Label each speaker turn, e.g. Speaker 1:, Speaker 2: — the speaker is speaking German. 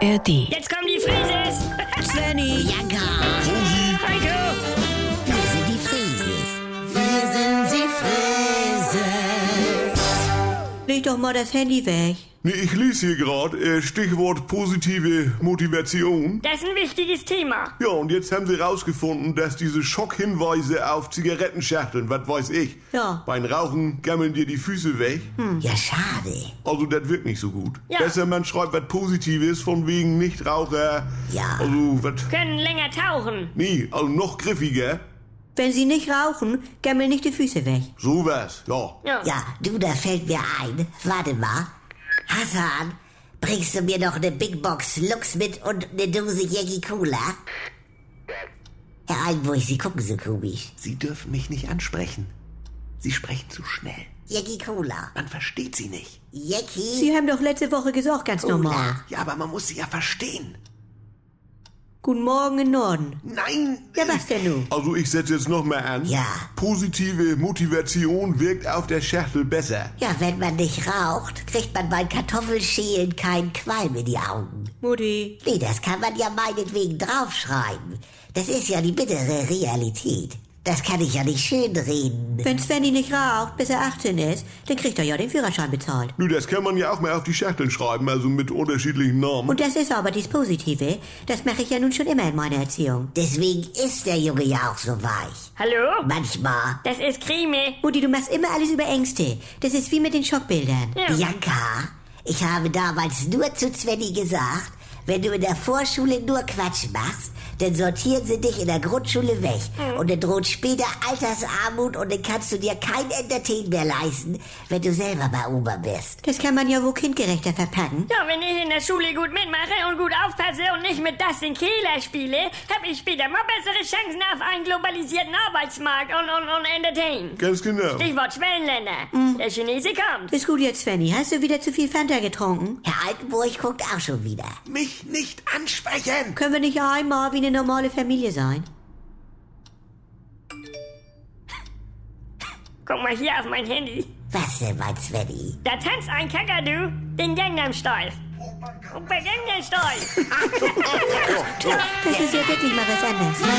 Speaker 1: ARD.
Speaker 2: Jetzt kommen die Frises!
Speaker 3: Svenny. Ja, gar.
Speaker 2: Heiko!
Speaker 3: Wir sind die Frieses. Wir sind die Frieses. Leg doch mal das Handy weg.
Speaker 4: Nee, ich lese hier gerade äh, Stichwort positive Motivation.
Speaker 2: Das ist ein wichtiges Thema.
Speaker 4: Ja, und jetzt haben sie rausgefunden, dass diese Schockhinweise auf Zigarettenschachteln, was weiß ich,
Speaker 3: Ja. Hm.
Speaker 4: beim Rauchen gammeln dir die Füße weg.
Speaker 3: Ja, schade.
Speaker 4: Also das wirkt nicht so gut.
Speaker 2: Ja.
Speaker 4: Besser man schreibt was Positives von wegen Nichtraucher.
Speaker 3: Ja.
Speaker 4: Also was.
Speaker 2: Können länger tauchen.
Speaker 4: Nee, also noch griffiger.
Speaker 3: Wenn Sie nicht rauchen, gammel nicht die Füße weg.
Speaker 4: Sowas, ja.
Speaker 2: Ja.
Speaker 5: Ja, du, da fällt mir ein. Warte mal. Hassan, bringst du mir noch eine Big Box Lux mit und eine Dose Jackie Cola? Herr Altenburg, Sie gucken so komisch.
Speaker 6: Sie dürfen mich nicht ansprechen. Sie sprechen zu schnell.
Speaker 5: Jackie Cola.
Speaker 6: Man versteht sie nicht.
Speaker 5: Jackie
Speaker 3: Sie haben doch letzte Woche gesagt, ganz normal.
Speaker 6: Ja, aber man muss sie ja verstehen.
Speaker 3: Guten Morgen in Norden.
Speaker 6: Nein!
Speaker 3: Ja, was denn nun?
Speaker 4: Also ich setze jetzt nochmal an.
Speaker 5: Ja.
Speaker 4: Positive Motivation wirkt auf der Schachtel besser.
Speaker 5: Ja, wenn man nicht raucht, kriegt man beim Kartoffelschälen keinen Qualm in die Augen.
Speaker 3: Mutti.
Speaker 5: Nee, das kann man ja meinetwegen draufschreiben. Das ist ja die bittere Realität. Das kann ich ja nicht schönreden.
Speaker 3: Wenn Svenny nicht raucht, bis er 18 ist, dann kriegt er ja den Führerschein bezahlt.
Speaker 4: Nö, das kann man ja auch mal auf die Schachteln schreiben, also mit unterschiedlichen Namen.
Speaker 3: Und das ist aber das Positive. Das mache ich ja nun schon immer in meiner Erziehung.
Speaker 5: Deswegen ist der Junge ja auch so weich.
Speaker 2: Hallo?
Speaker 5: Manchmal.
Speaker 2: Das ist Krimi.
Speaker 3: Mutti, du machst immer alles über Ängste. Das ist wie mit den Schockbildern.
Speaker 2: Ja.
Speaker 5: Bianca, ich habe damals nur zu Svenny gesagt, wenn du in der Vorschule nur Quatsch machst, dann sortieren sie dich in der Grundschule weg. Und dann droht später Altersarmut und dann kannst du dir kein Entertain mehr leisten, wenn du selber mal Oma bist.
Speaker 3: Das kann man ja wohl kindgerechter verpacken.
Speaker 2: Ja, wenn ich in der Schule gut mitmache und gut aufpasse und nicht mit Dustin Kehler spiele, habe ich später mal bessere Chancen auf einen globalisierten Arbeitsmarkt und, und, und Entertain.
Speaker 4: Ganz genau.
Speaker 2: Stichwort Schwellenländer.
Speaker 3: Mhm.
Speaker 2: Der Chinese kommt.
Speaker 3: Ist gut jetzt, Svenny. Hast du wieder zu viel Fanta getrunken?
Speaker 5: Herr Altenburg guckt auch schon wieder.
Speaker 6: Mich nicht ansprechen!
Speaker 3: Können wir nicht einmal wie eine normale Familie sein?
Speaker 2: Guck mal hier auf mein Handy.
Speaker 5: Was denn, mein Svenny?
Speaker 2: Da tanzt ein Kakadu den Gangnam-Style. Und bei Gangnam-Style.
Speaker 3: Das ist ja wirklich mal was anderes.